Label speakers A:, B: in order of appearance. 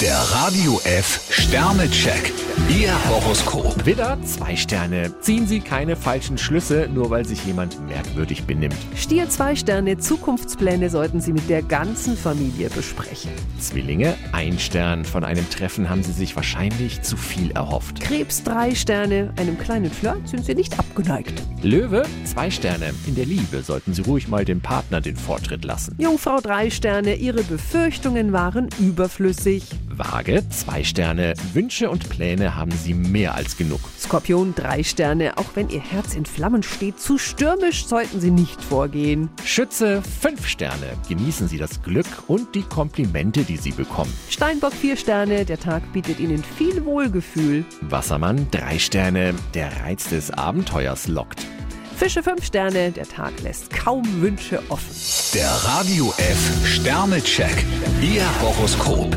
A: Der Radio F Sternecheck. Ihr Horoskop.
B: Widder, zwei Sterne. Ziehen Sie keine falschen Schlüsse, nur weil sich jemand merkwürdig benimmt.
C: Stier zwei Sterne, Zukunftspläne sollten Sie mit der ganzen Familie besprechen.
B: Zwillinge, ein Stern. Von einem Treffen haben Sie sich wahrscheinlich zu viel erhofft.
C: Krebs drei Sterne, einem kleinen Flirt sind Sie nicht abgeneigt.
B: Löwe, zwei Sterne. In der Liebe sollten Sie ruhig mal dem Partner den Vortritt lassen.
C: Jungfrau drei Sterne, Ihre Befürchtungen waren überflüssig.
B: Waage, zwei Sterne. Wünsche und Pläne haben Sie mehr als genug.
C: Skorpion drei Sterne, auch wenn Ihr Herz in Flammen steht, zu stürmisch sollten Sie nicht vorgehen.
B: Schütze, fünf Sterne. Genießen Sie das Glück und die Komplimente, die Sie bekommen.
C: Steinbock vier Sterne, der Tag bietet Ihnen viel Wohlgefühl.
B: Wassermann, drei Sterne. Der Reiz des Abenteuers lockt.
C: Fische fünf Sterne, der Tag lässt kaum Wünsche offen.
A: Der Radio F Sternecheck. Ihr Horoskop.